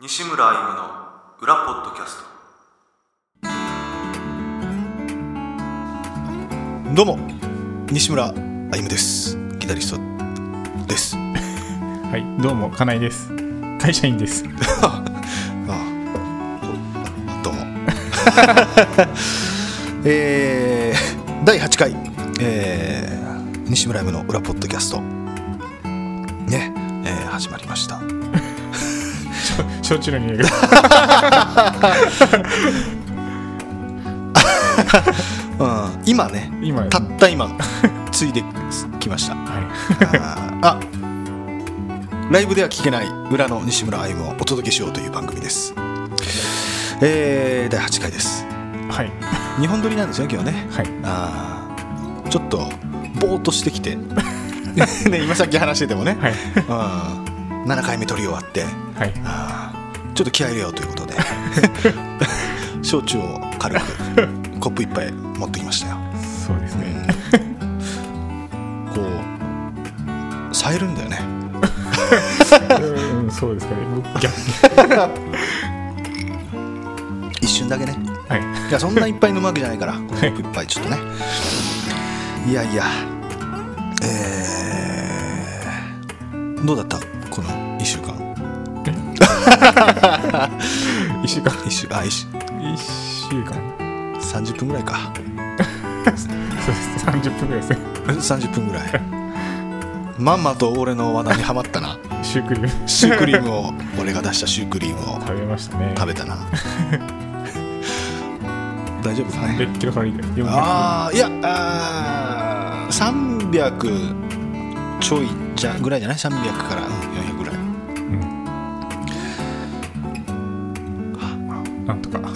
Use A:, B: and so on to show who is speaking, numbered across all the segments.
A: 西村歩夢の裏ポッドキャスト
B: どうも西村歩夢ですギタリストですあ
C: はい、どうも、金井です。会社員 です。
B: あどうも えー、第8回、えー、西村歩夢の裏ポッドキャストね、えー、始まりました
C: 焼酎の匂いが。
B: うん今ね
C: 今
B: たった今ついできました
C: は
B: あーあライブでは聞けない裏の西村歩夢をお届けしようという番組ですえー、第8回です
C: い。はい。
B: 日本撮りなんですよ今日ね
C: はい。
B: あーちょっとぼーっとしてきて ね今さっき話しててもね、
C: はい。
B: うん、7回目撮り終わって
C: はい。
B: あーちょっと気合い入れようということで 焼酎を軽くコップ一杯持ってきましたよ
C: そうですね。
B: こう冴えるんだよね
C: うん、そうですかね。僕逆
B: 一瞬だけね
C: はい。
B: いやそんないっぱい飲むわけじゃないからコップ一杯ちょっとねいやいやえー、どうだったこの1週間
C: 一週間。
B: 一週あ一週
C: 一週間。
B: 30分ぐらいか
C: そうです。三十分ぐらいですね。
B: 30分ぐらいまんまと俺の罠にはまったな
C: シュークリーム。
B: シュークリームを俺が出したシュークリームを
C: 食べましたね。
B: 食べたな大丈夫か
C: べ。
B: ね
C: 0キロカロリーで。四
B: ああいやあー300ちょいじゃぐらいじゃない300からうん400ぐらい
C: 百。なんとか。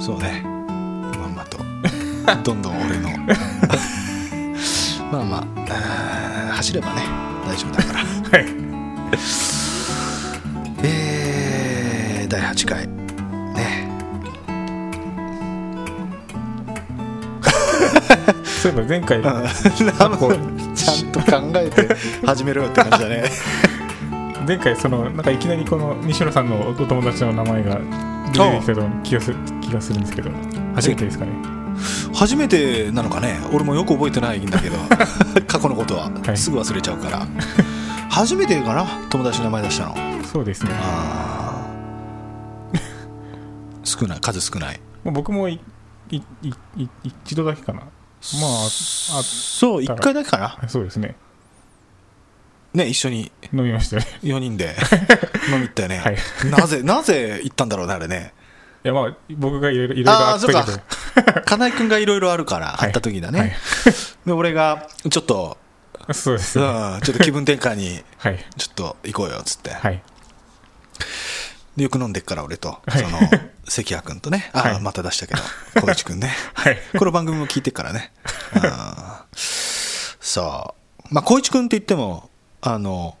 B: そうねまんま とどんどん俺のまあまああー走ればね大丈夫だから
C: はい。
B: えー、第8回ね
C: そういえば、前回。
B: あの
C: これ
B: ちゃんと考えて始めろよって感じだね
C: 前回、その、なんか、いきなり、この西野さんのお友達の名前が。出てきたような気がする。気がするんですけど。初めてですかね。
B: 初めてなのかね俺もよく覚えてないんだけ ど過去のことは、
C: はい
B: すぐ忘れちゃうから初めてかな友達の名前出したの
C: そうですね。
B: あー少ない数少ない
C: もう僕もいいいい一度だけかな。まあ、あ
B: そう1回だけかな
C: あそうですね。
B: ね一緒に
C: 飲みましたね。
B: 4人 で飲み行ったよね、
C: はい
B: なぜなぜ行ったんだろうねあれね
C: いや、まあ、僕がいろいろいろいろ
B: あ
C: あ
B: あー
C: っ
B: そう
C: た
B: か
C: けど。
B: 金井君がいろいろあるから
C: はい
B: 会った時だね、で俺がちょっと、
C: はい そうです
B: うん、ち
C: ね。
B: ょっと気分転換に
C: はい。
B: ちょっと行こうよっつって、
C: はい。
B: でよく飲んでっから俺と、
C: はい
B: その関谷君とねあ、
C: はい
B: また出したけど光一君ね
C: はい。
B: この番組も聞いてっからねあーそうまあ光一君って言ってもあの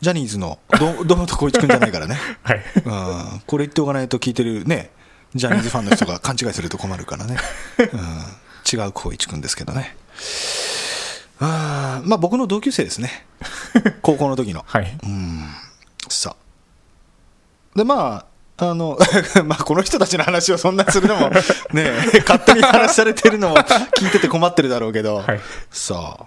B: ジャニーズのど堂本光一君じゃないから ね、
C: はい。
B: うん、これ言っておかないと聞いてるねジャニーズファンの人が勘違いすると困るからね、うん、違う光一君ですけどねあーまあ僕の同級生 ですね高校の時の
C: はい。
B: さあでまああの まあこの人たちの話をそんなするのも ねえ勝手に話されてるのも聞いてて困ってるだろうけど、
C: はい
B: さあ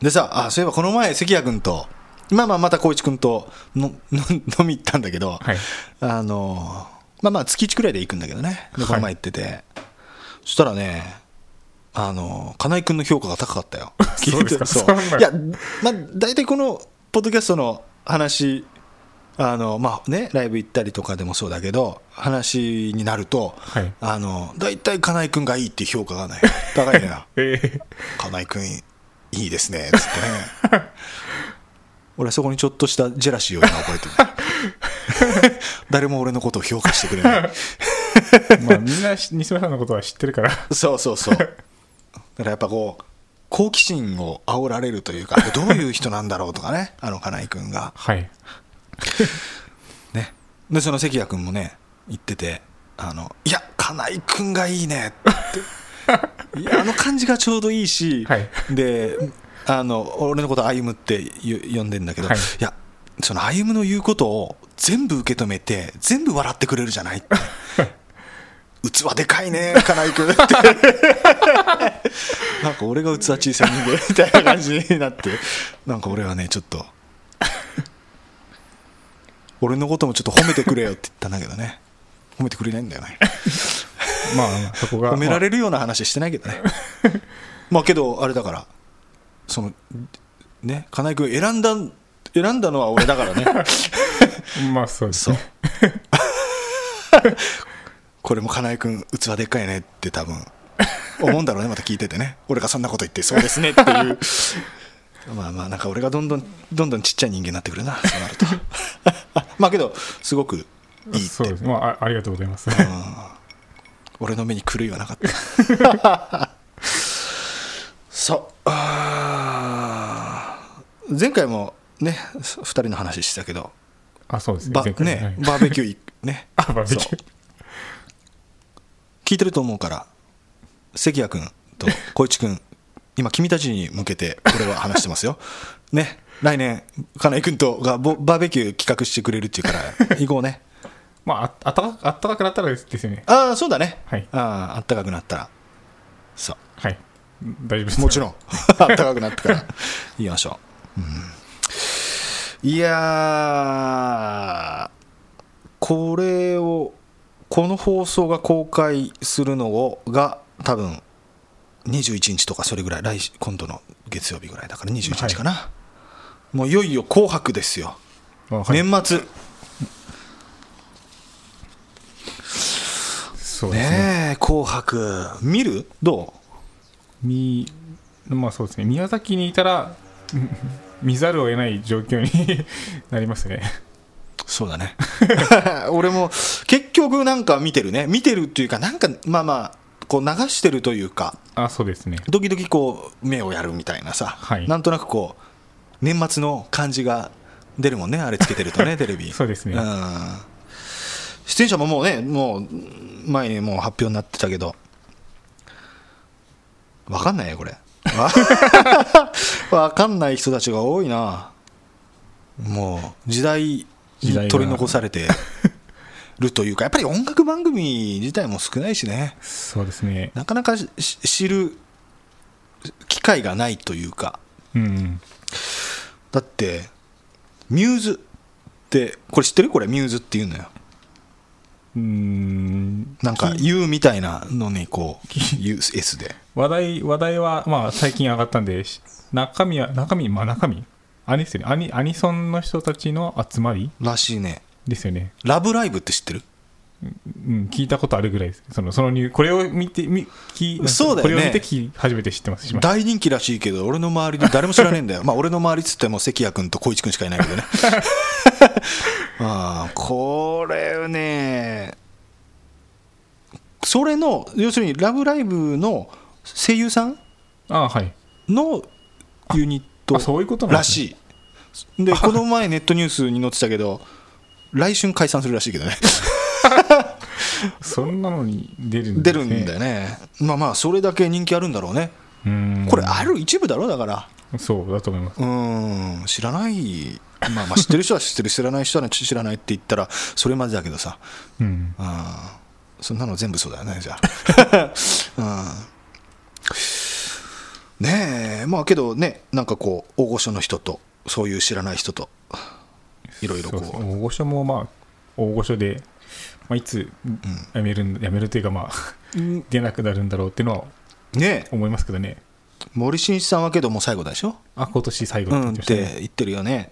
B: でさあそういえばこの前関谷君とまあまあまた光一君とのの飲み行ったんだけど、
C: はい。
B: あのまあまあ月1くらいで行くんだけどねで
C: はい
B: この前行ってて、そしたらねあの金井君の評価が高かったよ
C: そうです
B: 聞い
C: かそん
B: て
C: な
B: そういや、まあ、大体このポッドキャストの話あのまあねライブ行ったりとかでもそうだけど話になると、
C: はい
B: あの大体金井君がいいっていう評価がね高いの よ
C: えー、
B: 金井君いいですねつってね 俺はそこにちょっとしたジェラシーを今覚えてる誰も俺のことを評価してくれない
C: ま あ、みんなし西村さんのことは知ってるから。
B: そうそうそうだからやっぱこう好奇心を煽られるというかどういう人なんだろうとか ねあの金井君が
C: はい。
B: ねでその関谷君もね言っててあのいや金井君がいいねって いやあの感じがちょうどいいし、
C: はい
B: であの俺のこと歩むってよ呼んでんだけど、
C: はい
B: いやその歩夢の言うことを全部受け止めて全部笑ってくれるじゃないって 器でかいね金井君って なんか俺が器小さい 人間みたいな感じになってなんか俺はねちょっと俺のこともちょっと褒めてくれよって言ったんだけどね褒めてくれないんだよね
C: まあまあそこが
B: 褒められるような話してないけどねまあけどあれだからそのね金井君選んだ選んだのは俺だからね
C: まあ、まあそうですね
B: これも金井君器でっかいねって多分思うんだろうねまた聞いててね俺がそんなこと言ってそうですねっていうまあまあなんか俺がどんどんどんどんちっちゃい人間になってくるなそうなるとまあけどすごくいいって
C: そうですまああありがとうございます
B: 俺の目に狂いはなかった そうあー前回もね2人の話してたけど
C: あそうですね
B: ば
C: 前回は
B: ね
C: い
B: バーベキュ ー行くね
C: あバーベキュー
B: 聞いてると思うから関谷君と小一君今君たちに向けて俺は話してます よね来年金井君とがボバーベキュー企画してくれるっていうから行こうね
C: まあああったかあったかくなったらですですよね
B: ああそうだね、
C: はい
B: あーあったかくなったらそう
C: はい大丈夫です
B: もちろん、 あったかくなってから、 言いましょう。うんいやー、これを、この放送が公開するのをが、多分21日とか、それぐらい、来週今度の月曜日ぐらいだから、21日かな、もういよいよ紅白ですよ、
C: ん、はい
B: 年末、
C: そうですね
B: ねえ、紅白、見るど
C: みまあそうですね宮崎にいたら うん見ざるを得ない状況に なりますね
B: うそうだね、 俺も結局、なんか見てるね、見てるっていうか、なんか、まあまあ、こう流してるというか。
C: あそうですね
B: 時々こう目をやるみたいなさ、
C: はい
B: なんとなくこう年末の感じが出るもんねあれつけてると ねテレビ
C: そうですね
B: ん出演者ももうねもう前にもう発表になってたけどわかんないよこれわわ かんない人たちが多いなもう時代
C: 時代
B: に
C: が
B: 取り残されてるというかやっぱり音楽番組自体も少ないしね
C: そうですね
B: なかなかしし知る機会がないというか、
C: うん
B: だって、ミューズって、これ知ってるこれ、ミューズっていうのよ。
C: うん
B: なんか、言うみたいなのに、こう、US で。
C: 話題話題はまあ最近上がったんでし中身は中身まあ中身あれですよねアニアニソンの人たちの集まり
B: らしいね。
C: ですよね
B: ラブライブって知ってる
C: うん、聞いたことあるぐらいです。その、そのニューこれを見て、み、き、
B: そうだよね
C: これを見てき、初めて知ってます。しました
B: 大人気らしいけど、俺の周りで誰も知らねえ んだよ。まあ、俺の周りっつっても、関谷君と光一君しかいないけどね。ああこれね、それの、要するに、ラブライブの声優さん
C: ああ、はい。
B: のユニット
C: あ、そういうことなん
B: ら
C: ですね
B: しい。で、この前ネットニュースに載ってたけど、来春解散するらしいけどね、
C: そんなのに出るん
B: 出
C: です
B: る
C: ね
B: んだよね。まあまあ、それだけ人気あるんだろうね。
C: うん。
B: これ、ある一部だろう、だから。
C: そうだと思います。
B: うーん、知らない。まあまあ、知ってる人は知ってる、知らない人は知らないって言ったら、それまでだけどさ。
C: うん。
B: あーそんなの全部そうだよねじゃあ、 うん、ねえまあけどねなんかこう大御所の人とそういう知らない人といろいろ
C: そう
B: こう
C: そう大御所も、まあ、大御所で、まあ、いつ、やめるん、やめるというか、まあ、出なくなるんだろうっていうのは
B: ねえ
C: 思いますけどね。
B: 森進一さんはけどもう最後だでしょ
C: あ、今年最後
B: うん
C: って言
B: っ
C: ってましたね。
B: て言ってるよね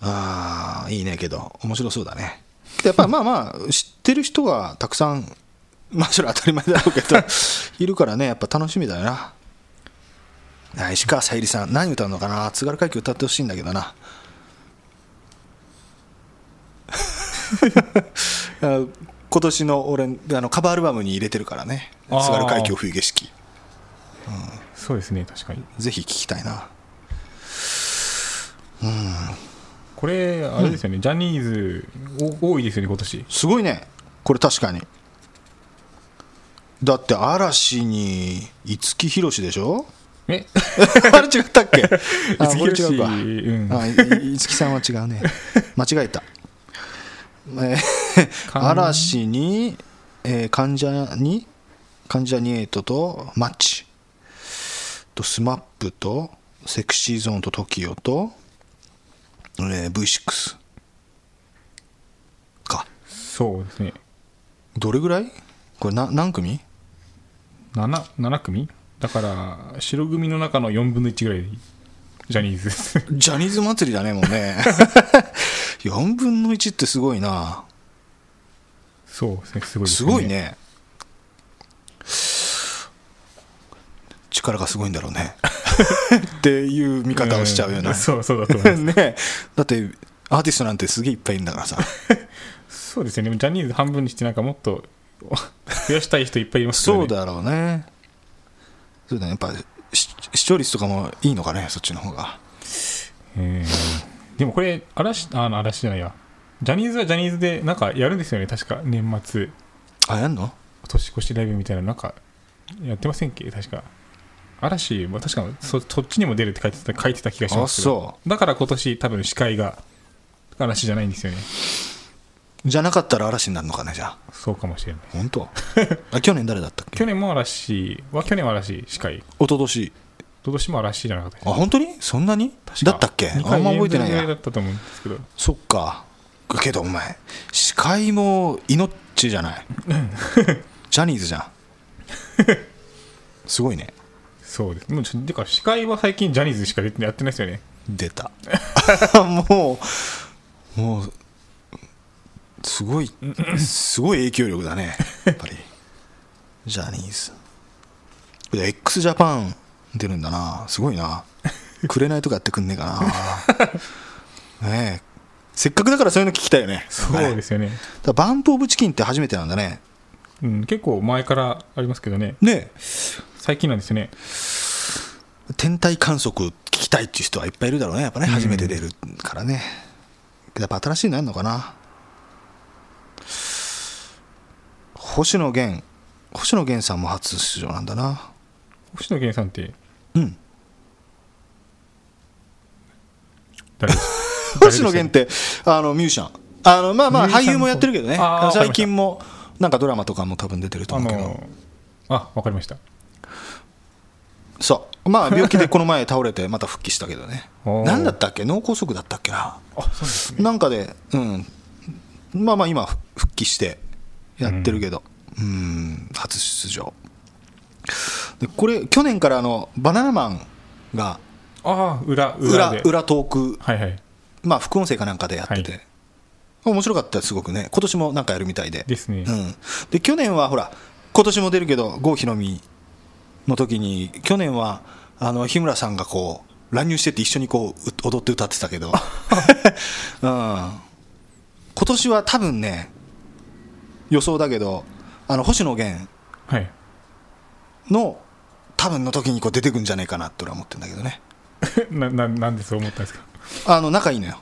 B: ああいいねけど面白そうだねけどやっぱまあまあ知ってる人がたくさんまあそれは当たり前だろうけ どいるからねやっぱ楽しみだよなあ石川さゆりさん何歌うのかな津軽海峡歌ってほしいんだけど なあ今年の俺あのカバーアルバムに入れてるからね
C: あー
B: 津軽海峡冬景色
C: そうですね、確かに。
B: ぜひ聞きたいな
C: これ、あれですよね、ジャニーズ、お多いですよね、今年。
B: すごいねこれ確かにだって嵐に五木ひろしでしょ
C: え
B: あれ違ったっけあ
C: 五木ひ
B: 俺
C: ろし
B: 違うか
C: うん
B: あいい五木さんは違う ね間違えた、えー
C: かん
B: 嵐に、えー関ジャニ関ジャニエイトとマッチとスマップとセクシーゾーンと TOKIO と、えー V6 か
C: そうですね
B: どれぐらいこれな何組
C: 7, 7組だから白組の中の4分の1ぐらいジャニーズです
B: ジャニーズ祭りだねもう ね4分の1ってすごいな
C: そうですねすごいです
B: ごいね力がすごいんだろうねっていう見方をしちゃうよな、
C: んそうそうだと思います
B: ねだってアーティストなんてすげえいっぱいいるんだからさ
C: そうですよねジャニーズ半分にしてなんかもっ とお増やしたい人いっぱいいますよね
B: そうだろうねそうだねやっぱし視聴率とかもいいのかねそっちの方が
C: えーでもこれ嵐あの嵐じゃないやジャニーズはジャニーズでなんかやるんですよね確か年末
B: あやんの
C: 年越しライブみたいななんかやってませんっけ確か嵐も確かそそっちにも出るって書いてた書いてた気がしますけど
B: あそ
C: だから今年多分司会が嵐じゃないんですよね
B: じゃなかったら嵐になるのかねじゃあ
C: そうかもしれない
B: 本当 あ去年誰だったっけ
C: 去年も嵐は去年は嵐司会一
B: 一昨年
C: 昨年も嵐じゃなかったです
B: あ本当にそんなに
C: 確か
B: だったっけ
C: 二
B: あ
C: 回
B: んま覚えてない
C: 連続
B: や
C: だったと思うんですけど
B: そっかけどお前司会も命じゃないジャニーズ じゃんすごいね
C: そうですもうちょてか司会は最近ジャニーズしか出てやってないですよね
B: 出た もうもうすごいすごい影響力だねやっ ぱりジャニーズで x ジャパン出るんだなすごいな紅とかやってくんねえかな ねえせっかくだからそういうの聞きたいよね
C: そうですよね、
B: だからバンプ・オブ・チキンって初めてなんだね
C: うん、結構前からありますけどね
B: ね
C: 最近なんですよね
B: え天体観測聞きたいっていう人はいっぱいいるだろうねやっぱね初めて出るからね、やっぱ新しいのやるのかな星野源星野源さんも初出場なんだな
C: 星野源さんって
B: うん
C: 誰で す
B: 星野源ってあのミュージシャンあのまあまあ
C: ミュージシャ
B: 俳
C: ン
B: 優もやってるけどね
C: あー
B: 最近もなんかドラマとかも多分出てると
C: あ
B: 思うけど、
C: のあわかりました
B: そうまあ病気でこの前倒れてまた復帰したけどね
C: おー
B: 何だったっけ脳梗塞だったっけな
C: あそうです
B: なんかで、うん、まあまあ今、ふ復帰してやってるけど、うん、初出場。でこれ、去年からあのバナナマンが
C: ああ裏裏
B: 裏
C: で
B: 裏トーク、
C: はいはい
B: まあ、副音声かなんかでやってて、
C: は
B: 面白かった、すごくね、今年もなんかやるみたいで、
C: ですね
B: うん、で去年はほら、今年も出るけど、郷ひろみの時に、去年はあの日村さんがこう乱入してって、一緒にこうう踊って歌ってたけ ど、うん、今年は多分ね、予想だけど、あの星野源
C: はい
B: の多分の時にこう出てくんじゃないかなって俺は思ってるんだけどね、
C: なななんでそう思ったんですか
B: あの仲いいのよ、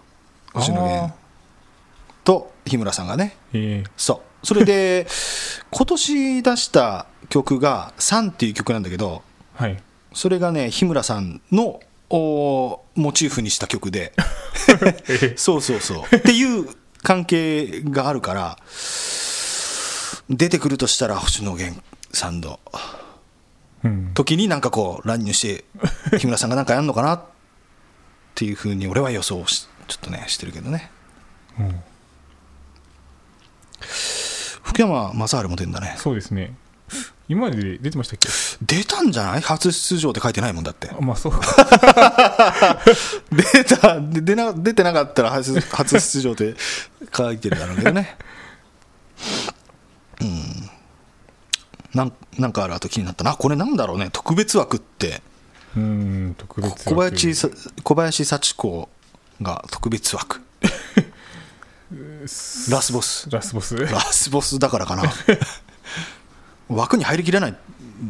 B: 星野源と日村さんがね。
C: ええ
B: そう。それで、今年出した曲が、サンっていう曲なんだけど、
C: はい
B: それがね、日村さんの、おーモチーフにした曲で、そうそうそう。っていう関係があるから、出てくるとしたら、星野源さんの
C: うん
B: 時になんかこう、乱入して、日村さんがなんかやるのかなっていうふうに、俺は予想し、ちょっとね、してるけどね。
C: うん
B: 福山雅治も出るんだね。
C: そうですね今まで出てまし たっけ
B: 出たんじゃない初出場って書いてないもんだって。
C: あまあそうか
B: 出たで出な出てなかったら初初出場って書いてるだろうけどねうんなんなんかあるあと気になったなこれなんだろうね特別枠って
C: うん特別枠
B: 小林さ小林幸子が特別 枠ラスボス
C: ラスボス
B: ラスボスだからかな枠に入りきれないん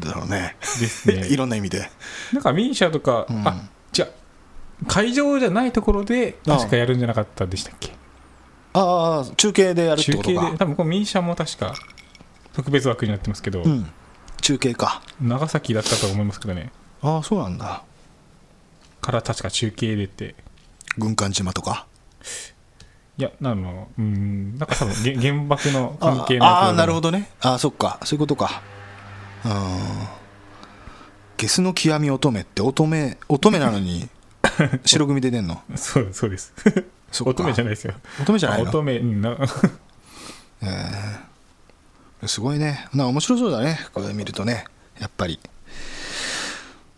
B: だろうね
C: ですね
B: いろんな意味で
C: なんかミーシャとか、あ違う会場じゃないところで
B: ああ
C: 確かやるんじゃなかったでしたっけ
B: ああ中継でやるって
C: 中
B: こと
C: 継で
B: か
C: 多分このミーシャも確か特別枠になってますけど、
B: うん中継か
C: 長崎だったと思いますけどね
B: ああそうなんだ
C: から確か中継出て
B: 軍艦島とか
C: いやなのうんなんか多分げ原爆の
B: あ
C: 関係の
B: ああなるほ
C: ど
B: どねああそっかそういうことかうんゲスの極み乙女って乙女乙女なの に白組で出んの
C: そうそうです
B: そっか
C: 乙女じゃないですよ
B: 乙女じゃないの
C: 乙女うんな
B: すごいねな面白そうだねこれ見るとねやっぱり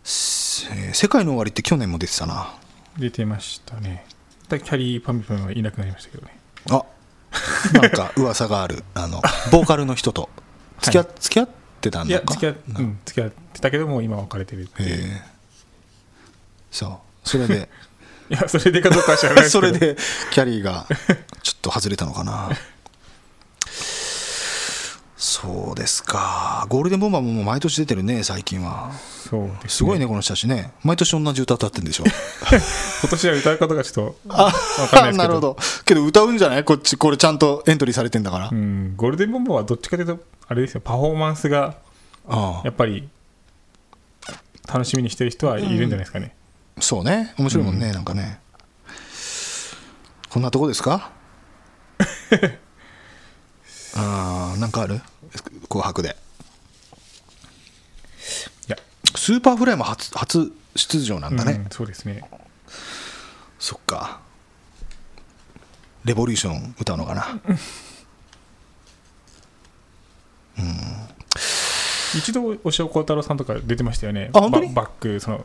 B: すえー世界の終わり」って去年も出てたな
C: 出てましたねだキャリーパミュパミュはいなくなりましたけどね
B: あなんか噂があるあのボーカルの人と付き合,、
C: はい
B: 付き合ってたん
C: い
B: だ
C: や
B: か
C: 付き合,、うん、付き合ってたけどもう今は別れてるっていう
B: えそうそれで
C: い やそれでかどうかは知らないで す
B: そ
C: けど
B: れでキャリーがちょっと外れたのかなそうですかゴールデンボンバーももう毎年出てるね最近は
C: そうです,、
B: すごいねこの人たちね毎年同じ歌歌ってるんでしょ
C: 今年は歌うことがちょっとわかんない
B: あ
C: ですけど
B: なるほどけど歌うんじゃないこっちこれちゃんとエントリーされてんだから、
C: う
B: あ
C: ん、ゴールデンボンバーはどっちかというとあれですよパフォーマンスが
B: あ
C: やっぱり楽しみにしてる人はいるんじゃないですかね、
B: そうね面白いもんね、なんかねこんなとこです かああなんかある紅白で
C: いや
B: スーパーフライも初初出場なんだね、
C: うんそうですね
B: そっかレボリューション歌うのかな
C: 一度押尾幸太郎さんとか出てましたよね
B: あ本当に
C: ババックその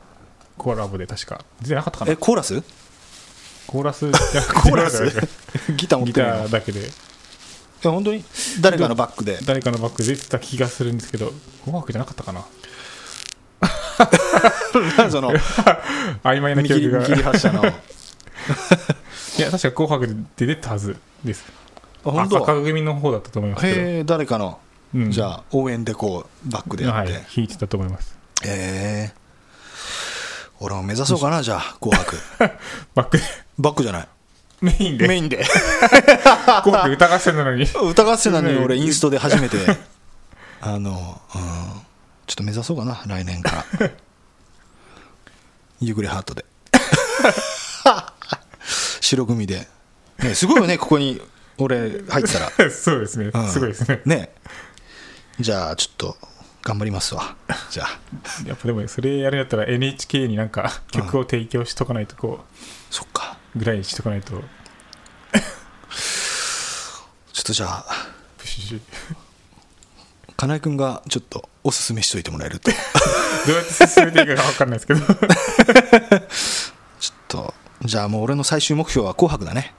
C: コラボで確か出てなかったか
B: え
C: な
B: コーラ ス
C: コーラス
B: コ
C: コ
B: ーラスギ ター持っ
C: ギ
B: てるの
C: ターだけで
B: いや本当に誰かのバック で
C: 誰かのバックで出てた気がするんですけど紅白じゃなかった かな
B: そ の
C: 曖昧な
B: 見
C: 記
B: 切り
C: 憶
B: 見
C: が
B: 切り発 車のあ
C: いや確か紅白で出てたはずです
B: 本
C: 赤
B: 当
C: 組の方だったと思いますけど
B: へえ誰かの、
C: うん
B: じゃあ応援でこうバックでや
C: は
B: っ
C: い
B: て、へ
C: 弾いてたと思います
B: え俺も目指そうかなじゃあ紅 白
C: バックで
B: バックじゃない
C: メインで
B: メインで
C: 紅白歌合戦なのに
B: 歌合戦なのに俺
C: うん
B: インストで初 めてあの、うん、ちょっと目指そうかな来年から 夕暮れハートで 白組で、ね、すごいよねここに俺入ってたら
C: そうですね、
B: うん
C: すごいですね
B: ねじゃあちょっと頑張りますわじゃあ
C: やっぱでもそれやるんだったら NHK になんか曲を提供しとかないとこ
B: そっか
C: うぐらいしとかないと
B: ちょっとじゃあ
C: プシュシュ
B: 金井君がちょっとおすすめしといてもらえ るとちょ
C: どうやって進めていいかが分かんないですけ ど
B: っとじゃあもう俺の最終目標は「紅白」だね、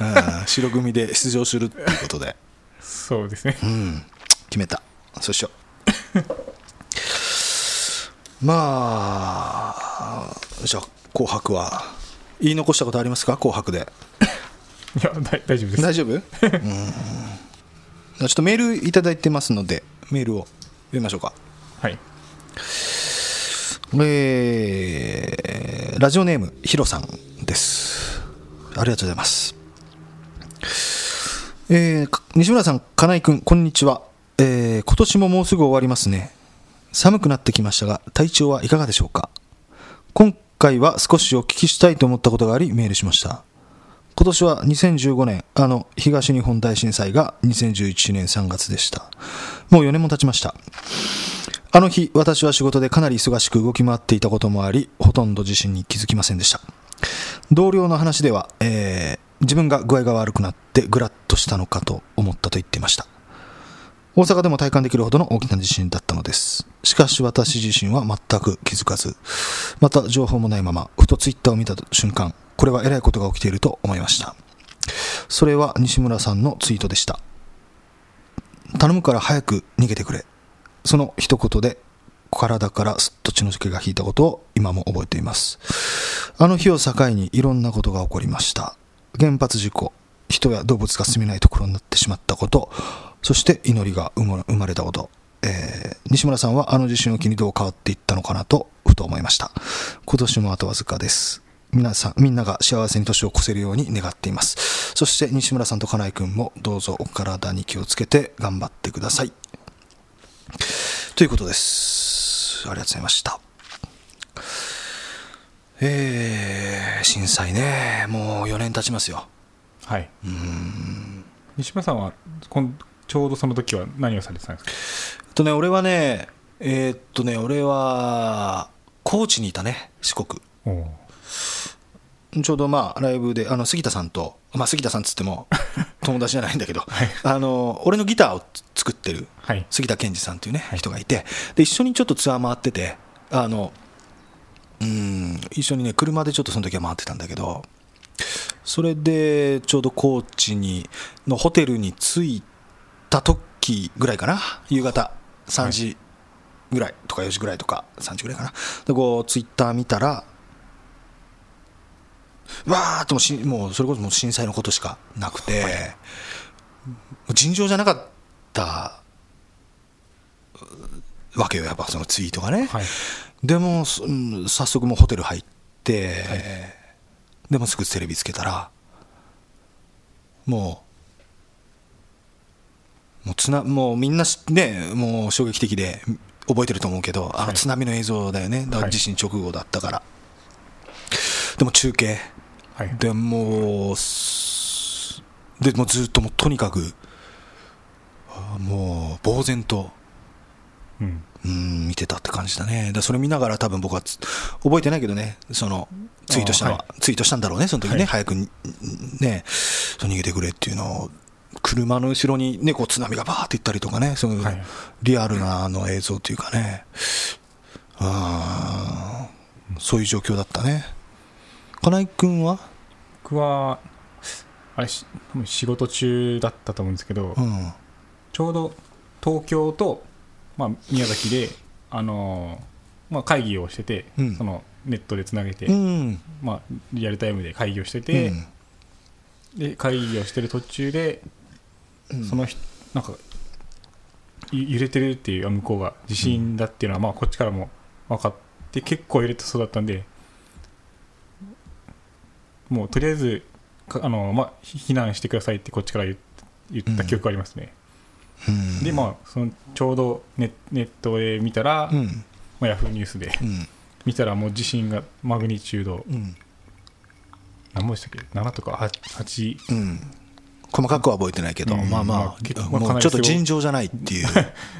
B: うん、白組で出場するっていうことで
C: そうですね
B: うん決めたそうしようまあじゃあ「紅白」は言い残したことありますか「紅白」で
C: いやだ大丈夫です
B: 大 丈夫うーんちょっとメールいただいてますのでメールを読みましょうか
C: はい
B: えーラジオネームヒロさんですありがとうございますえーか西村さん金井君こんにちは、えー今年ももうすぐ終わりますね寒くなってきましたが体調はいかがでしょうか今回は少しお聞きしたいと思ったことがありメールしました今年は2015年、あの東日本大震災が2011年3月でした。もう4年も経ちました。あの日、私は仕事でかなり忙しく動き回っていたこともあり、ほとんど地震に気づきませんでした。同僚の話では、えー自分が具合が悪くなってぐらっとしたのかと思ったと言っていました。大阪でも体感できるほどの大きな地震だったのです。しかし私自身は全く気づかず、また情報もないまま、ふとツイッターを見た瞬間、これはえらいことが起きていると思いました。それは西村さんのツイートでした。頼むから早く逃げてくれ。その一言で体からすっと血の気が引いたことを今も覚えています。あの日を境にいろんなことが起こりました。原発事故、人や動物が住めないところになってしまったこと、そして祈りが生ま生まれたこと、えー西村さんはあの地震を機にどう変わっていったのかなと、ふと思いました。今年もあとわずかです。皆さん、みんなが幸せに年を越せるように願っています。そして西村さんと金井君もどうぞお体に気をつけて頑張ってください。ということです。ありがとうございました。えー、震災ねもう4年経ちますよ
C: はい。
B: うん
C: 西村さんはこんちょうどその時は何をされてたんですか
B: あとね俺はねえーっとね俺は高知にいたね四国
C: おお
B: ちょうどまあライブであの杉田さんと、まあ、杉田さんっつっても友達じゃないんだけど、あの俺のギターを作ってる
C: はい
B: 杉田健二さんというね人がいてで一緒にちょっとツアー回っててあのうん一緒にね車でちょっとその時は回ってたんだけどそれでちょうど高知にのホテルに着いた時ぐらいかな夕方3時ぐらいとか4時ぐらいとか3時ぐらいかなでこうツイッター見たらわーっともうしもうそれこそもう震災のことしかなくて、もう尋常じゃなかったわけよやっぱそのツイートがね、
C: はい
B: でも、すうん早速もうホテル入って、でもすぐテレビつけたらもうもう津波もうみんなしねもう衝撃的で覚えてると思うけどあの津波の映像だよね、だから地震直後だったから、でも中継
C: はい
B: でもうすでもうずっともうとにかくあーもう呆然と
C: うん
B: うん見てたって感じだね、だからそれ見ながら、多分僕はつ覚えてないけどね、そのツイートしたのは、
C: あ
B: ツイートしたんだろうね、その時ね、
C: はい
B: 早くにね、そう逃げてくれっていうのを、車の後ろに、ね、こう津波がバーっていったりとかね、その
C: はい
B: リアルなあの映像というかね、あーそういう状況だったね。金井君は、
C: 僕はあれし多分仕事中だったと思うんですけど、
B: うん、
C: ちょうど東京と、まあ、宮崎で、あのーまあ、会議をしてて、
B: うん
C: そのネットでつなげて、
B: うん、
C: まあ、リアルタイムで会議をして
B: う
C: て、
B: ん
C: で会議をしてる途中で、そのひなんかゆ揺れてるっていう向こうが地震だっていうのは、まあ、こっちからも分かって結構揺れてそうだったんでもうとりあえずかあの、まあ、ひ避難してくださいってこっちから言っ言った記憶がありますね、
B: うん
C: でまあそのちょうどネネットで見たら、
B: うん、
C: まあ、ヤフーニュースで
B: うん、
C: 見たらもう地震がマグニチュード
B: うん、
C: 何もでしたっけ7とか 8,
B: うん、細かくは覚えてないけど、
C: うん
B: まあまあ、
C: まあ結構
B: もうちょっと尋常じゃないって いう、
C: っ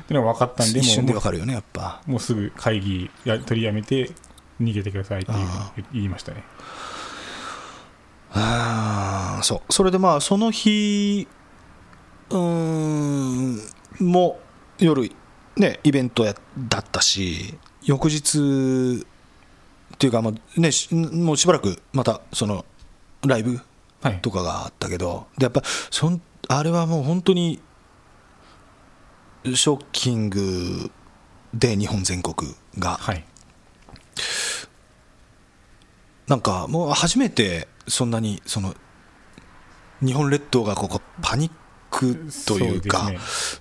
C: てのが分かったんで
B: 一瞬
C: も
B: で
C: う
B: わかるよね、やっぱ。
C: もうすぐ会議や取りやめて逃げてくださいっていう
B: あ
C: 言いましたね
B: あーそう、それでまあ、その日、うーん、も夜、ね、イベントやだったし、翌日っていうか、まあね、しもうしばらくまた、その、ライブ
C: はい
B: とかがあったけど、でやっぱそんあれはもう本当にショッキングで日本全国が、
C: はい
B: なんかもう初めてそんなにその日本列島がここパニックというか
C: そうで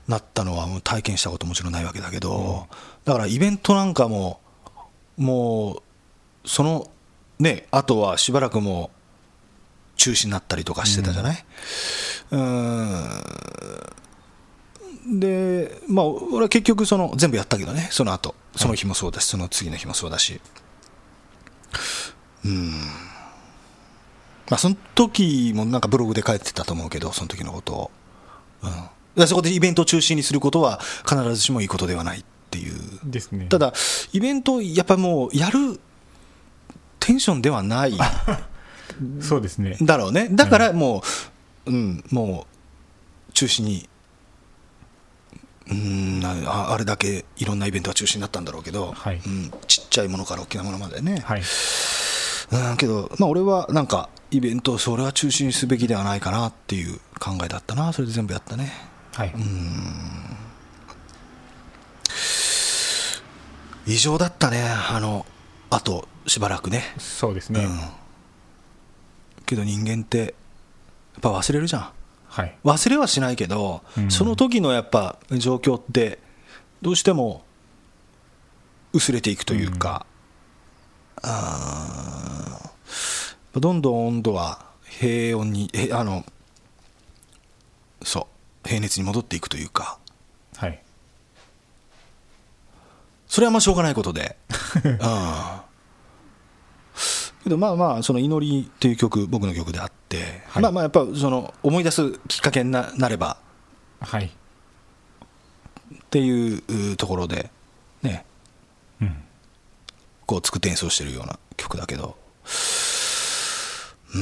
B: なったのはもう体験したこともちろんないわけだけど、だからイベントなんかももうそのねあとはしばらくもう中止になったりとかしてたじゃない、うーんでまあ俺は結局その全部やったけどねその後その日もそうだし、その次の日もそうだしまあ、その時もなんかブログで書いてたと思うけど、その時のことを。うん、だからそこでイベントを中心にすることは必ずしもいいことではないっていう。
C: ですね
B: ただ、イベントをやっぱもうやるテンションでは ない
C: そうですね
B: だろうね。だからもう、うん、もう中止に。うんああれだけいろんなイベントが中止になったんだろうけど、
C: はい
B: うん、ちっちゃいものから大きなものまでね、
C: はい
B: うん、けど、まあ、俺はなんかイベントをそれは中止にすべきではないかなっていう考えだったなそれで全部やったね
C: はい、
B: 異常だったねあのあとしばらくね
C: そうです
B: う
C: ね、
B: んけど人間ってやっぱ忘れるじゃん
C: はい
B: 忘れはしないけど、
C: うん
B: その時のやっぱ状況ってどうしても薄れていくというか、あーどんどん温度は平穏にえあのそう平熱に戻っていくというか
C: はい
B: それはまあしょうがないことで、うんけどまあまあその「祈り」っていう曲僕の曲であって、
C: はい
B: まあまあやっぱその思い出すきっかけにななれば
C: はい、
B: っていううところでね
C: うん、
B: こう作って演奏してるような曲だけどうー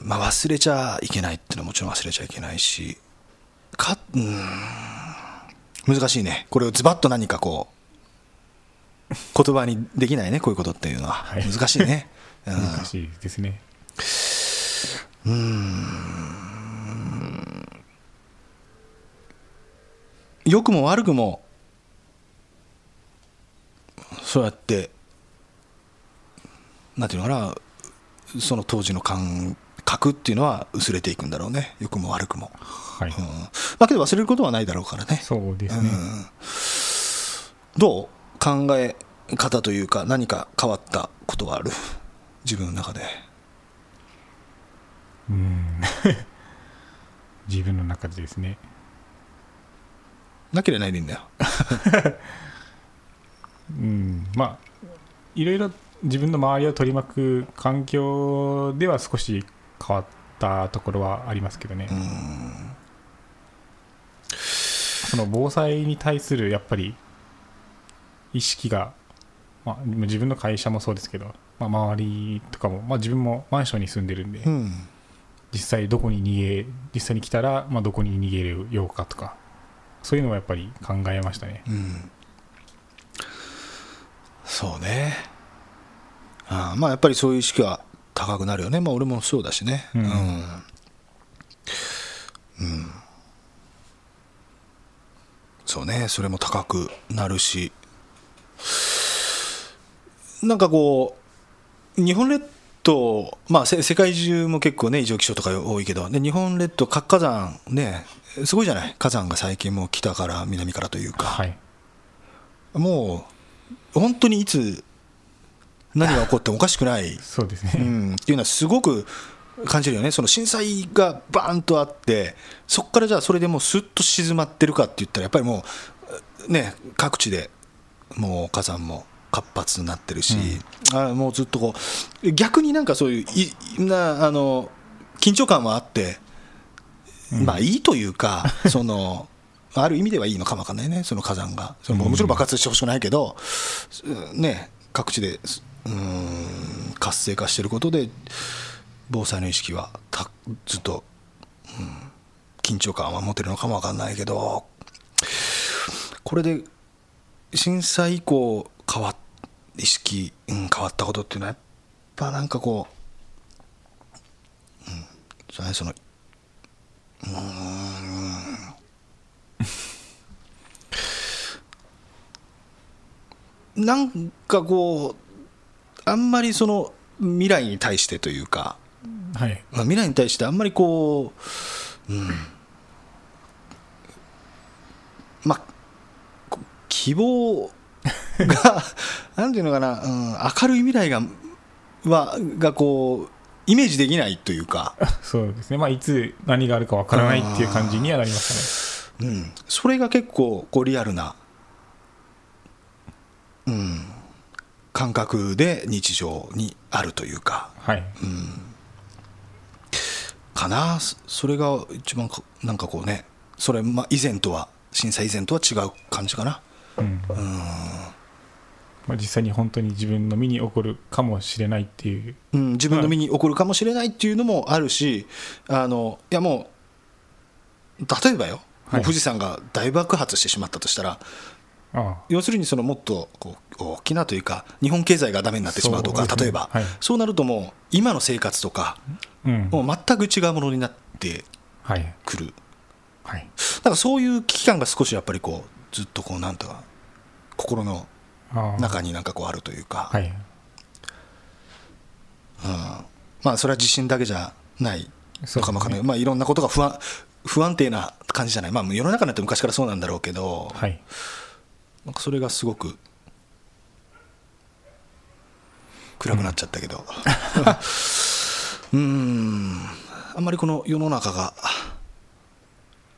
B: んまあ忘れちゃいけないっていうのはもちろん忘れちゃいけないしかうーん難しいねこれをズバッと何かこう 言葉にできないねこういうことっていうのは、
C: はい
B: 難しいね、うん、
C: 難しいですね、
B: 良くも悪くもそうやってなんていうのかなその当時の感覚っていうのは薄れていくんだろうね良くも悪くも、
C: はい
B: うん、だけど忘れることはないだろうからね
C: そうですね、
B: どう考え方というか何か変わったことはある自分の中で
C: うん 自分の中でですね
B: なければないでいいんだよ
C: うんまあいろいろ自分の周りを取り巻く環境では少し変わったところはありますけどねその防災に対するやっぱり意識が、まあ、自分の会社もそうですけど、まあ、周りとかも、まあ、自分もマンションに住んでるんで、
B: うん
C: 実際どこに逃げ実際に来たら、まあ、どこに逃げるようかとかそういうのはやっぱり考えましたね
B: うんそうねああまあやっぱりそういう意識は高くなるよねまあ俺もそうだしねう、
C: うんん
B: うんそうねそれも高くなるしなんかこう日本列島まあせ世界中も結構ね異常気象とか多いけどで日本列島活火山ねすごいじゃない火山が最近もう北から南からというか、
C: はい
B: もう本当にいつ何が起こってもおかしくない、
C: そうです
B: う
C: ね、
B: ん、っていうのはすごく感じるよね、その震災がバーンとあって、そこからじゃあ、それでもうすっと静まってるかって言ったら、やっぱりもう、ね、各地でもう火山も活発になってるし、あもうずっとこう、逆になんかそういういなあの緊張感はあって、まあいいという か、そのある意味ではいいのかもわかんないね、その火山が、そのもちろん爆発してほしくないけど、うんね、各地でうん活性化してることで、防災の意識はたずっと、うん緊張感は持てるのかもわかんないけど、これで震災以降、変わっ意識、うん、変わったことっていうのは、やっぱなんかこう、うん、そうねそのなんかこう、あんまりその未来に対してというか、
C: はい
B: まあ、未来に対してあんまりこう、うん、まあ、こ希望が、 なんていうのかな、うん、明るい未来が、はがこう、イメージできないというか、
C: そうですねまあいつ何があるかわからないっていう感じにはなりまし
B: うん、それが結構こうリアルな、うん、感覚で日常にあるというか、
C: たねはい、
B: かなそそれが一番かなんかこうねそれま以前とは震災以前とは違う感じかな
C: うんまあ、実際に本当に自分の身に起こるかもしれないっていう
B: うん、自分の身に起こるかもしれないっていうのもあるし、あのいやもう例えばよ、
C: はい
B: もう富士山が大爆発してしまったとしたら
C: あ
B: 要するにそのもっとこう大きなというか日本経済がダメになってしまうと
C: そ
B: か
C: うですね
B: 例えば、
C: はい
B: そうなるともう今の生活とか
C: あうん
B: もう全く違うものになって
C: はい
B: くる
C: はい
B: だからそういう危機感が少しやっぱりこうずっとこうなんとか心の
C: ああ
B: 中になんかこうあるというか、
C: はい
B: まあそれは地震だけじゃない
C: そ
B: と
C: う
B: かもわかんない、
C: ね
B: まあいろんなことが不安不安定な感じじゃないまあ世の中なんて昔からそうなんだろうけど、
C: はい
B: なんかそれがすごく暗くなっちゃったけ どうーんあんまりこの世の中が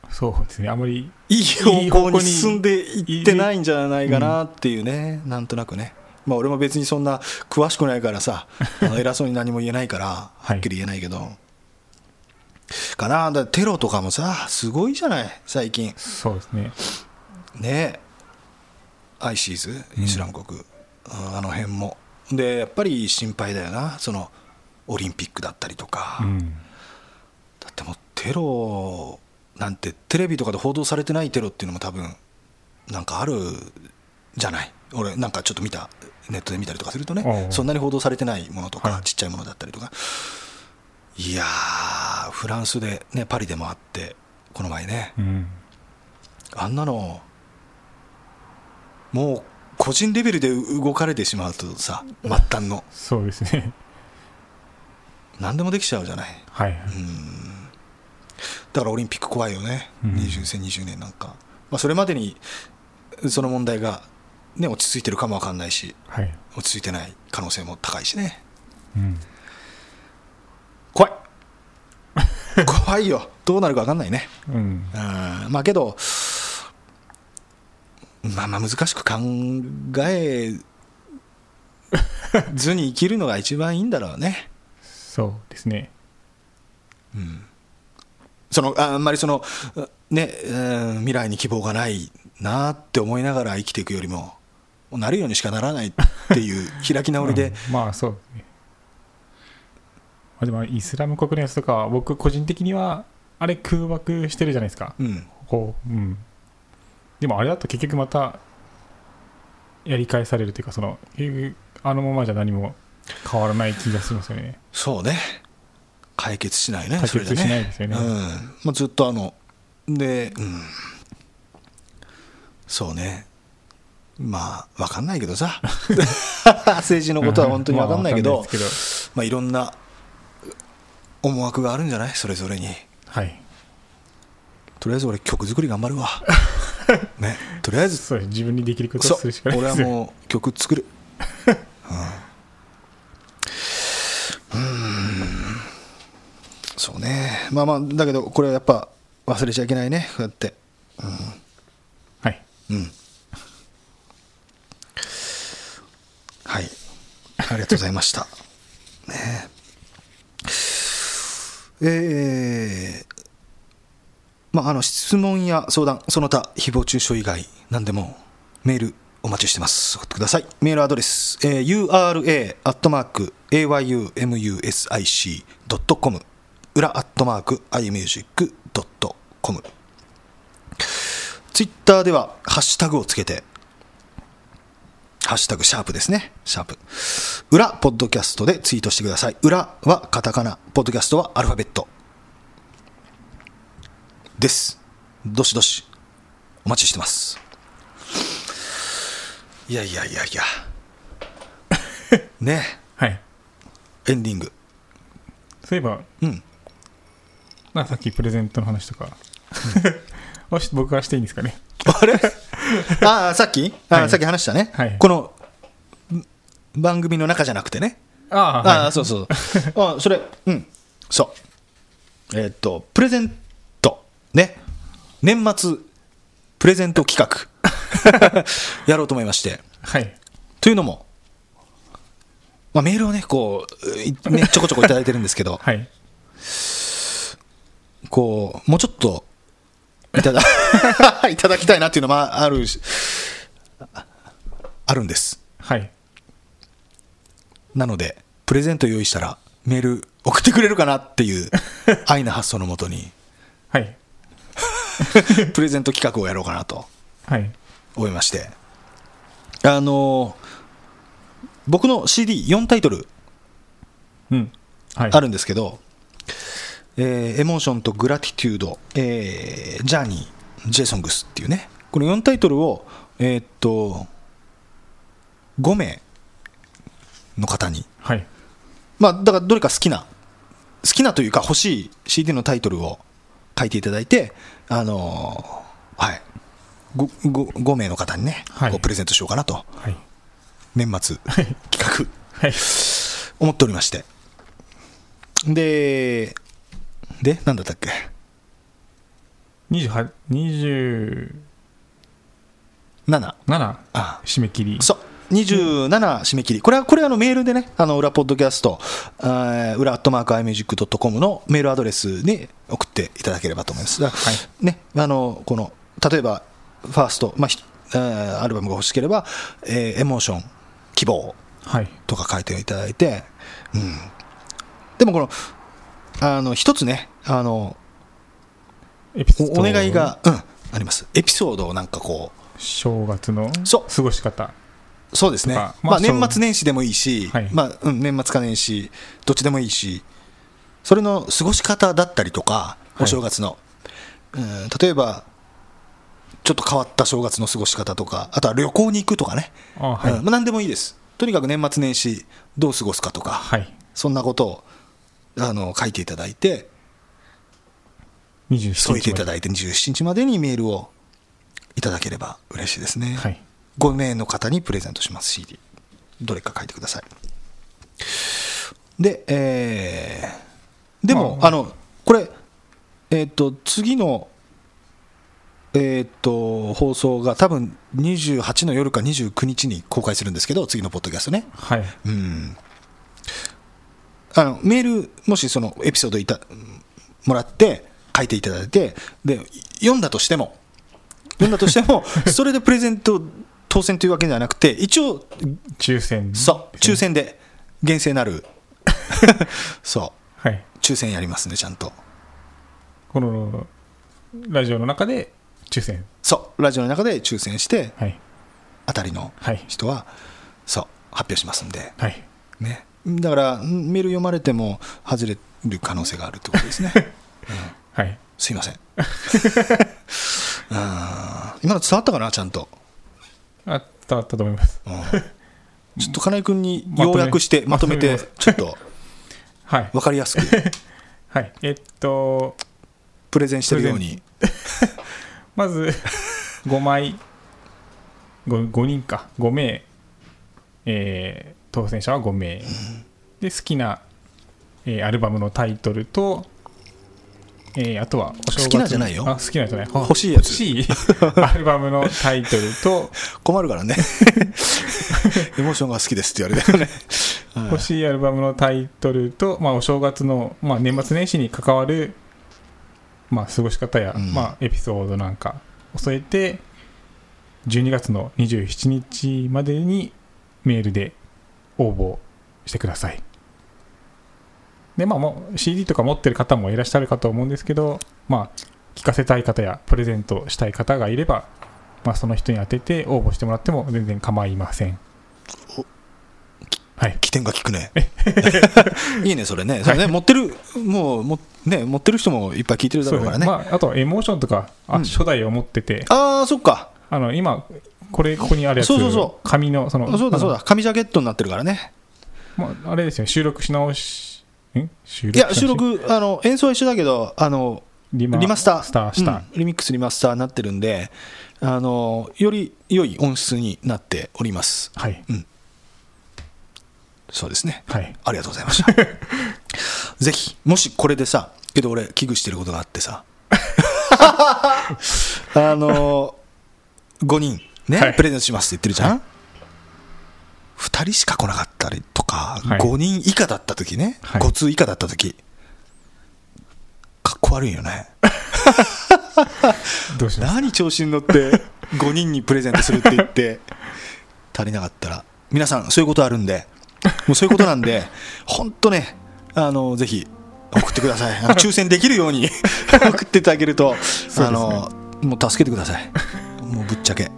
C: そうですねあまり
B: いい方向に進んで
C: い
B: い
C: い
B: ってないんじゃないかなっていうねなんとなくね、まあ、俺も別にそんな詳しくないからさ、あの偉そうに何も言えないから、はっきり言えないけど、かな、だテロとかもさ、すごいじゃない、最近、
C: そうですね。
B: ねえ、アイシーズ、イスラム国、うんあの辺も。で、やっぱり心配だよな、そのオリンピックだったりとか。
C: うん。
B: だってもうテロなんてテレビとかで報道されてないテロっていうのも多分なんかあるじゃない俺なんかちょっと見たネットで見たりとかすると
C: おう
B: ね
C: おう
B: そんなに報道されてないものとか、
C: はい
B: ちっちゃいものだったりとかいやーフランスでねパリでもあってこの前ね
C: うん。
B: あんなのもう個人レベルで動かれてしまうとさ末端の
C: そうですね。
B: 何でもできちゃうじゃない
C: はい。
B: だからオリンピック怖いよね、
C: うん
B: 20 2020年なんか、まあ、それまでにその問題が、ね、落ち着いてるかもわかんないし、
C: はい。
B: 落ち着いてない可能性も高いしね、
C: うん。
B: 怖い、 怖いよ、どうなるかわかんないね、
C: うん。
B: うんまあけど、まあまあ難しく考えずに生きるのが一番いいんだろうね。
C: そうですね。
B: そのああんまりその、うねうん未来に希望がないなって思いながら生きていくよりも、もうなるようにしかならないって いう開き直りで、
C: うんまあそうですね。まあ、でもイスラム国のやつとかは僕個人的にはあれ空爆してるじゃないですか。
B: うん、
C: こううん、でもあれだと結局またやり返されるというかその結局あのままじゃ何も変わらない気がしますよね。
B: そうね、解決しないね、
C: 解決
B: それ
C: しないですよね
B: うんまあ、ずっとあの、で、うん、そうね、まあ、わかんないけど さ、政治のことは本当にわかんないけ
C: まあ
B: ど
C: わかん、ないです
B: まあ、いろんな思惑があるんじゃない、それぞれに。
C: けどはい。
B: とりあえず俺曲作り頑張 るわねとりあえず
C: そうです自分にできること
B: そ
C: をす
B: う
C: るしかない
B: 俺
C: で
B: は
C: すね。
B: もう曲作 るうんうーんそうねまあまあだけどこれはやっぱ忘れちゃいけないねこうやって
C: はい。
B: うんはいありがとうございましたねええーまあ、あの質問や相談、その他、誹謗中傷以外、何でもメールお待ちしてます。送ってください。メールアドレス、えー ura.ayumusic.com、裏 .imusic.com。ツイッターでは、ハッシュタグをつけて、ハッシュタグ、シャープですね。シャープ。裏、ポッドキャストでツイートしてください。裏はカタカナ、ポッドキャストはアルファベット。です。どしどし、お待ちしてます。いやいやいやい や。ね
C: はい。
B: エンディン グ。
C: そういえば、
B: うん。
C: まあ、さっきプレゼントの話とか、 をし僕がしていいんですかね。
B: あれああ、さっきあー、
C: はい
B: さっき話したね。
C: はい
B: この、ん番組の中じゃなくてね。
C: あ
B: ああ、そうそうそう。 ああ、それ、うん。そう。えーっと、プレゼント。ね。年末、プレゼント企画。やろうと思いまして。
C: はい。
B: というのも、まあ、メールをね、こう、いね、ちょこちょこいただいてるんですけど、
C: はい。
B: こう、もうちょっと、いただ、 いただきたいなっていうのもああるし、ああるんです。
C: はい。
B: なので、プレゼント用意したら、メール送ってくれるかなっていう、愛な発想のもとに、
C: はい。
B: プレゼント企画をやろうかなと
C: はい。
B: 思いまして、あのー僕の CD4 タイトル、
C: うん。はい。
B: あるんですけど、えーエモーションとグラティテュード、えージャーニー、ジェイソングスっていうね、この4タイトルを、えーっと、5名の方に、
C: はい。
B: まあ、だからどれか好きな、好きなというか欲しい CD のタイトルを書いていただいて、あのーはい。5, 名の方にね、
C: はい
B: こうプレゼントしようかなと、
C: はい。
B: 年 末企画、
C: はい。
B: 思っておりまして。で、で、なんだったっけ
C: 28 27
B: ?7。
C: 締
B: あ
C: め切り
B: そう。 27締め切り、これはこれはあのメールでね、あの裏ポッドキャスト、あー裏アットマーク iMusic.com のメールアドレスに送っていただければと思います。だからね、あのこの例えば、ファースト、まあひあー、アルバムが欲しければ、えーエモーション、希望
C: はい
B: とか書いていただいて、うん、でもこの、あの一つね、あの
C: エピソード
B: おお願いが、うん、あります。エピソードをなんかこう、
C: 正月の
B: そう
C: 過ごし方
B: そうですね、
C: とかま
B: まあ、
C: あそう
B: 年末年始でもいいし、
C: はい
B: まあうん、年末か年始、どっちでもいいし、それの過ごし方だったりとか、
C: はい
B: お正月の、うん例えば、ちょっと変わった正月の過ごし方とか、あとは旅行に行くとかね、
C: あはい、
B: うんまあ、何でもいいです、とにかく年末年始、どう過ごすかとか、
C: はい
B: そんなことをあの書いていただいて、
C: 27日
B: 添えていた
C: だ
B: だいて、17日までにメールをいただければ嬉しいですね。
C: はい
B: 5名の方にプレゼントします CD どれか書いてくださいでえーでも、
C: まあ
B: あ、のこれえっ、と次のえっ、と放送が多分28の夜か29日に公開するんですけど次のポッドキャストね
C: はい
B: うんあのメールもしそのエピソードいたもらって書いていただいてで読んだとしても読んだとして もそれでプレゼント当選というわけではなくて一応
C: 抽選
B: そう抽選で厳正な るそ
C: はい。
B: う抽選やりますねちゃんと
C: このラジオの中で抽選。
B: そうラジオの中で抽選して
C: はい。
B: 当たりの
C: はい。
B: 人はそう発表しますんで
C: はい。
B: ねだからんメール読まれても外れる可能性があるってこと ですね
C: はい。
B: すいません。あー今の伝わったかな、ちゃんと。
C: あったあったと思います。
B: うんちょっと金井君に
C: まと
B: 要
C: め
B: 約して、まとめ
C: ま
B: て
C: とめ、
B: ちょっと
C: はい。
B: 分かりやすく
C: はい。えっと、
B: プレゼンしてるように。
C: まず、5枚、5, 5人か、5名、えー当選者は5名。で、好きな、えーアルバムのタイトルと、えーあとはお正月の
B: 好きなじゃないよ
C: あ、好きなじゃない。
B: 欲しいやつ
C: 欲しいアルバムのタイトルと、
B: 困るからね。 エモーションが好きですって言われたよね。
C: 欲しいアルバムのタイトルと、まあ、お正月の、まあ、年末年始に関わる、まあ、過ごし方や、
B: うん
C: まあ、エピソードなんかを添えて12月の27日までにメールで応募してくださいで、まあ、もう CD とか持ってる方もいらっしゃるかと思うんですけど、まあ、聞かせたい方やプレゼントしたい方がいれば、まあ、その人に当てて応募してもらっても全然構いませんはい
B: 起点が効く ね。いいね、それね。それね、持ってる、もう、もね、持ってる人もいっぱい聞いてるだ
C: そう
B: ろ
C: で
B: う
C: す
B: から
C: ね
B: ね。
C: まあ、あとはエモーションとか、あ
B: うん
C: 初代を持ってて、
B: ああ、そっか。
C: あの今、これ、ここにあるやつ、
B: そうそうそ
C: 紙の、その、
B: そうだ、
C: あの
B: そうだ。紙ジャケットになってるからね。
C: まあ、あれですよね、収録し直し、ん収録
B: いや、
C: し
B: 収
C: 直し
B: 録、あの、演奏は一緒だけど、あの、
C: リ
B: リマスター
C: した、
B: うんリミックスリマスターになってるんであのより良い音質になっております
C: はい、
B: そうですね
C: はい、
B: ありがとうございました ぜひもしこれでさけど俺危惧してることがあってさ あの5人ね、
C: はい
B: プレゼントしますって言ってるじゃん、2人しか来なかったりとか、
C: はい
B: 5人以下だった時ね、
C: はい
B: 5通以下だった時かっこ悪いよね
C: どうします
B: 何調子に乗 って5人にプレゼントするって言って足りなかったら皆さんそういうことあるんでもうそういうことなんで本当ねあのぜひ送ってくださいあの抽選できるように 送っていただけると、
C: ね
B: あのもう助けてくださいもうぶっちゃけ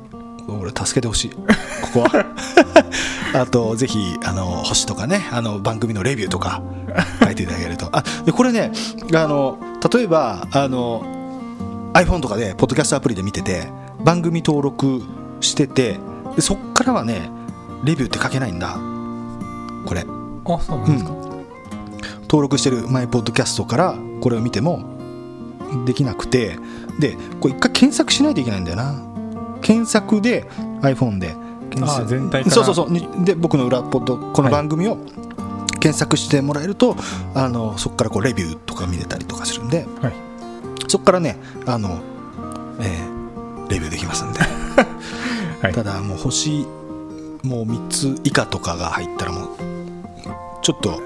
B: 俺助けてほしいここ はあとぜひあの星とかねあの番組のレビューとか書いていただけるとあでこれねあの例えばあの iPhone とかでポッドキャストアプリで見てて番組登録しててでそっからはねレビューって書けないんだこれ
C: あ、そうなんですか。
B: 登録してるマイポッドキャストからこれを見てもできなくてでこれ一回検索しないといけないんだよな検索で iPhone で検
C: あ
B: 索
C: ー全体から
B: そうそうそうにで僕の裏ポッドこの番組を検索してもらえると、あのそこからこうレビューとか見れたりとかするんで
C: はい、
B: そこからねあの、えーレビューできますんで
C: はい
B: ただもう星もう3つ以下とかが入ったらもうちょっと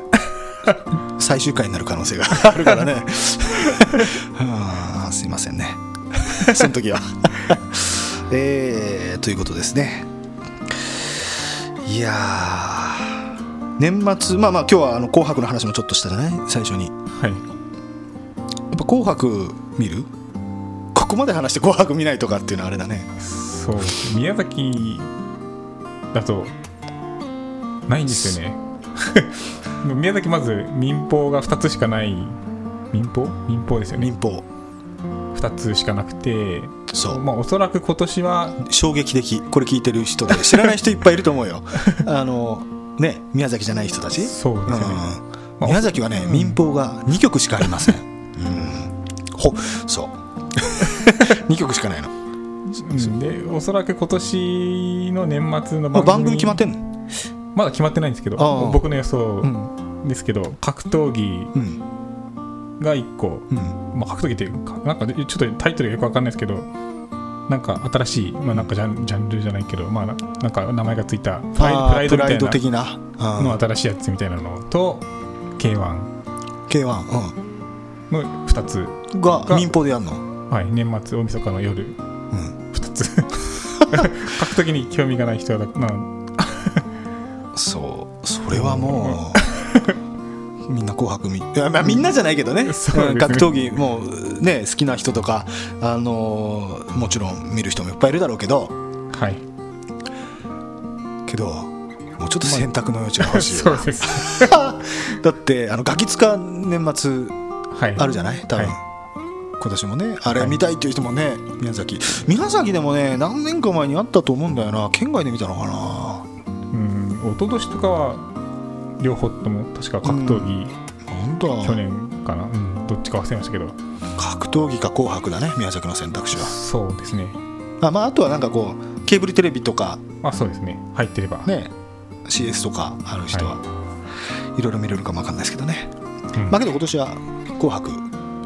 B: 最終回になる可能 性があるからねはあすいませんねその時はえーということですねいやー年末まあまあ今日はあの「紅白」の話もちょっとしたじゃない最初にや
C: はい
B: っぱ「紅白」見るここまで話して「紅白」見ないとかっていうのはあれだね
C: そう宮崎だとないんです よね宮崎まず民放が2つしかない民放民放ですよ
B: 民
C: ね
B: 放
C: 2つしかなくて
B: そう
C: まあおそらく今年は
B: 衝撃的これ聞いてる人で知らない人いっぱいいると思 うよあのね宮崎じゃない人たち
C: そうですよね、
B: うん宮崎はね、
C: うん
B: 民放が2曲しかありません、うん、ほそう 2曲しかないの、
C: うんでおそらく今年の年末の
B: まあ、番
C: 番組
B: 組決まってんの、
C: まだ決まってないんですけど
B: ああ
C: 僕の予想
B: うん
C: ですけど、格闘技
B: うん
C: が1個、
B: うん、
C: まあ、格闘技っていうかなんかちょっとタイトルがよくわかんないですけどなんか新しい、まあ、なんかジャンジャンルじゃないけど、まあ、ななんか名前がついたプ
B: あー
C: ライド
B: プライ
C: み
B: ド
C: たい
B: 的な、
C: なの新しいやつみたいなのと k 1
B: k 1、
C: の2つ、
B: うん、が
C: が
B: 民放でやるの、
C: はい、年末大晦日の夜
B: うん、
C: 2つ格闘技に興味がない人はな
B: そうそれはもう みんな「紅白見」いやまあみんなじゃないけどね
C: そうですね
B: ん格闘技もうね好きな人とか、あのーもちろん見る人もいっぱいいるだろうけど
C: はい
B: けどもうちょっと選択の余地が欲しいよね
C: そうです
B: だってあのガキ使年末
C: はい
B: あるじゃない多分、
C: は
B: 今年もねあれ
C: はい
B: 見たいっていう人もね、宮崎宮崎でもね何年か前にあったと思うんだよな県外で見たのかな
C: うん一昨年とかは両方とも確か格闘技、
B: 本当
C: 去年かな、うん、どっちか忘れましたけど
B: 格闘技か紅白だね宮崎の選択肢は
C: そうですね
B: あまああとはなんかこうケーブルテレビとか
C: あそうですね入ってれば、
B: ね CS とかある人は、い、ろいろ見れるかもわかんないですけどね、
C: うん
B: まあけど今年は紅白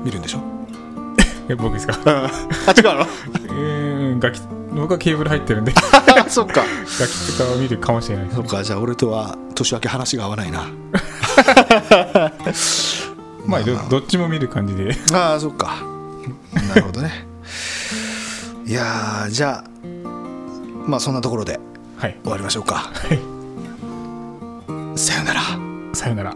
B: 見るんでしょ
C: え僕ですか
B: あ違うの
C: うんガキ僕はケーブル入ってるんで
B: そっか
C: ガキとかを見るかもしれないです
B: そっかじゃあ俺とは年明け話が合わないな
C: まあどどっちも見る感じで
B: ああそっかなるほどねいやーじゃあまあそんなところで
C: はい
B: 終わりましょうか
C: い
B: さよなら
C: さよなら